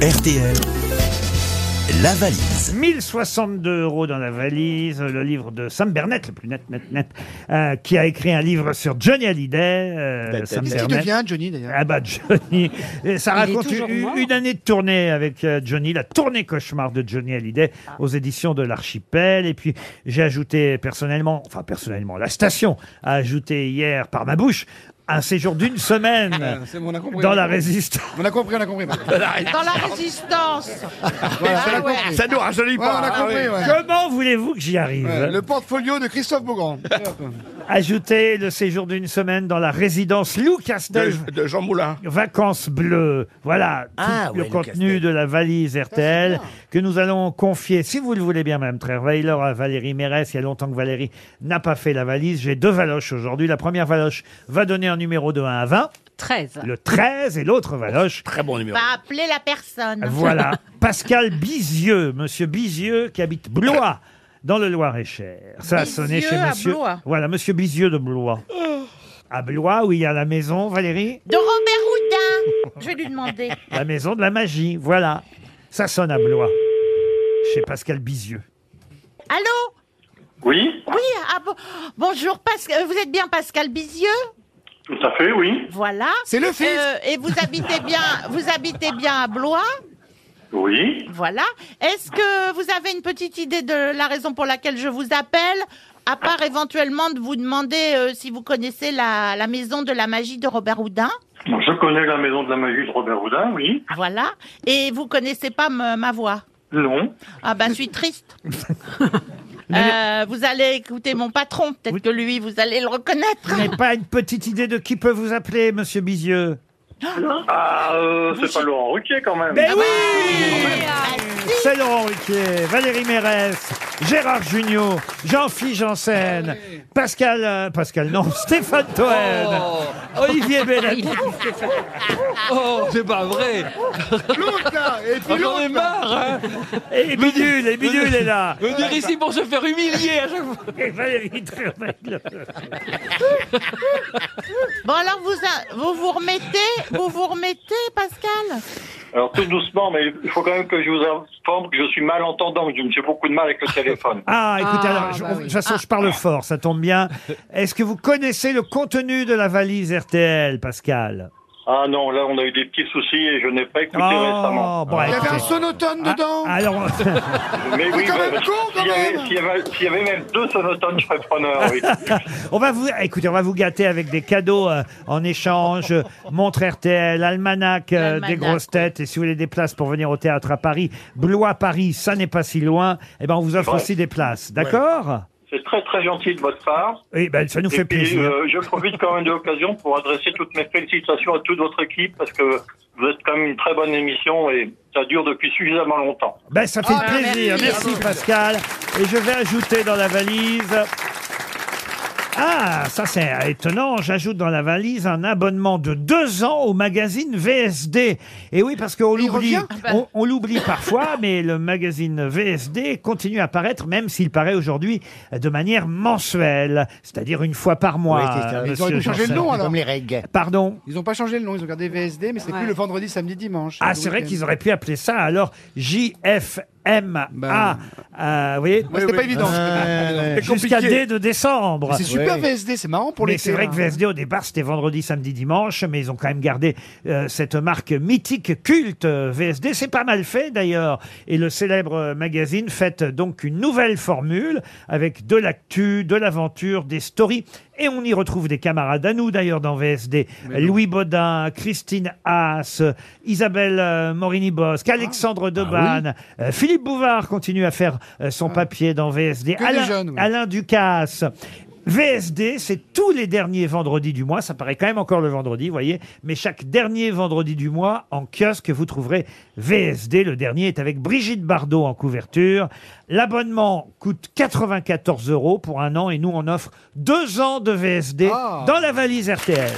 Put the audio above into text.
RTL, la valise. 1062 euros dans la valise, le livre de Sam Bernet, le plus net, net, net, euh, qui a écrit un livre sur Johnny Hallyday. euh, Bah, Sam Qu'est-ce qu'il Bernet. devient, Johnny, d'ailleurs Ah bah Johnny, Et ça Il est raconte toujours une, mort. une année de tournée avec euh, Johnny, la tournée cauchemar de Johnny Hallyday Ah. aux éditions de l'Archipel. Et puis j'ai ajouté personnellement, enfin personnellement, la station a ajouté hier par ma bouche un séjour d'une semaine Ah, C'est bon, on a compris. dans la résistance. On a compris, on a compris. voilà, Dans la résistance Ah on a compris. Ça nous rajeunit Ouais, on pas. a hein. compris, ouais. Comment voulez-vous que j'y arrive Ouais, Le portfolio de Christophe Beaugrand. Ajouter le séjour d'une semaine dans la résidence Lou Euh, Castel. De, de Jean Moulin. Vacances bleues, voilà tout Ah, le ouais, Lou contenu Castel. de la valise RTL bien. que nous allons confier, si vous le voulez bien, Madame Trierweiler, à Valérie Mérès. Il y a longtemps que Valérie n'a pas fait la valise. J'ai deux valoches aujourd'hui. La première valoche va donner un numéro de 1 à 20, 13. le 13, et l'autre valoche Très bon numéro. Va appeler la personne. Voilà. Pascal Bizieux, monsieur Bizieux qui habite Blois. Dans le Loir-et-Cher. Ça a sonné Bizieux chez à monsieur. Blois. Oh. Voilà, monsieur Bizieux de Blois. À Blois, où il y a la maison, Valérie De Robert Houdin. Je vais lui demander. Ah. La maison de la magie. Voilà. Ça sonne à Blois. Chez Pascal Bizieux. Allô Oui, Oui, ah bon- bonjour, Pascal. vous êtes bien Pascal Bizieux tout à fait, oui. Voilà. C'est le fils. Euh, et vous habitez bien, vous habitez bien à Blois Oui. Voilà. Est-ce que vous avez une petite idée de la raison pour laquelle je vous appelle À part éventuellement de vous demander euh, si vous connaissez la, la maison de la magie de Robert Houdin. Je connais la maison de la magie de Robert Houdin, oui. Voilà. Et vous connaissez pas me- ma voix Non. Ah ben, je suis triste. Euh, vous allez écouter mon patron, peut-être que lui, vous allez le reconnaître. Ah. Vous n'avez pas une petite idée de qui peut vous appeler, monsieur Bizieux Ah, euh, c'est Vous- pas Laurent Ruquier quand Ah même. bah Mais Ben oui C'est Laurent Ruquier, Valérie Mérès, Gérard Junior, Jean-Philippe Janssen, Pascal... euh, Pascal, non, Stéphane Toen, Olivier Bellamy. Oh, c'est pas vrai L'autre, là Et puis J'en ai l'autre, là. marre hein. Et Bidule, et Bidule est là Venir ici pour se faire humilier à chaque fois Et Valérie Trierweiler. Bon alors vous a- vous vous remettez, vous vous remettez Pascal Alors tout doucement, mais il faut quand même que je vous informe que je suis malentendant, que je me fais beaucoup de mal avec le téléphone. Ah, écoutez, Ah, alors, je- bah on- de oui. toute façon, je parle fort, ça tombe bien. Est-ce que vous connaissez le contenu de la valise RTL, Pascal Ah non, là on a eu des petits soucis et je n'ai pas écouté Oh, récemment. Oh, bon, Il y avait écoutez. un sonotone Ah, dedans. alors, Mais oui, quand bah, même con, quand s'il y avait- même. s'il y avait- s'il y avait même deux sonotones, je serais preneur, oui. on va vous, écoutez, on va vous gâter avec des cadeaux euh, en échange, euh, montre RTL, almanach euh, L'almanach, des grosses têtes, et si vous voulez des places pour venir au théâtre à Paris, Blois Paris, ça n'est pas si loin. Eh ben, on vous offre Ouais. aussi des places, d'accord C'est très très gentil de votre part. Eh ben, ça nous Et fait puis, plaisir. euh, je profite quand même de l'occasion pour adresser toutes mes félicitations à toute votre équipe parce que vous êtes quand même une très bonne émission et ça dure depuis suffisamment longtemps. Ben, ça fait Ah, plaisir. Merci, merci. Pascal. Et je vais ajouter dans la valise. Ah, ça c'est étonnant. J'ajoute dans la valise un abonnement de deux ans au magazine VSD. Et oui, parce qu'on Il l'oublie, revient on, on l'oublie parfois, mais le magazine VSD continue à paraître, même s'il paraît aujourd'hui de manière mensuelle, c'est-à-dire une fois par mois. Oui, c'est ça. euh, Ils auraient dû monsieur changer le Janssen. nom, alors. Comme les règles. Pardon. Ils n'ont pas changé le nom, ils ont gardé VSD, mais c'est plus le vendredi, samedi, dimanche. Ah, c'est vrai qu'ils auraient pu appeler ça alors JFMA. Ben. Euh, vous voyez, Ouais, C'était pas évident. Euh, jusqu'à D de décembre. C'est super Ouais. VSD, c'est marrant pour hein. Mais les c'est vrai que VSD au départ c'était vendredi, samedi, dimanche, mais ils ont quand même gardé euh, cette marque mythique culte euh, VSD. C'est pas mal fait d'ailleurs. Et le célèbre euh, magazine fête donc une nouvelle formule avec de l'actu, de l'aventure, des stories. Et on y retrouve des camarades à nous d'ailleurs dans VSD. Louis Baudin, Christine Haas, euh, Isabelle euh, Morini-Bosque, Ah. Alexandre Debanne, euh, Philippe Bouvard continue à faire euh, son papier dans VSD. Ah. Que des Alain, jeunes, oui. Alain Ducasse. VSD, c'est tous les derniers vendredis du mois. Ça paraît quand même encore le vendredi, vous voyez. Mais chaque dernier vendredi du mois, en kiosque, vous trouverez VSD. Le dernier est avec Brigitte Bardot en couverture. L'abonnement coûte 94 euros pour un an et nous, on offre deux ans de VSD Ah. dans la valise RTL.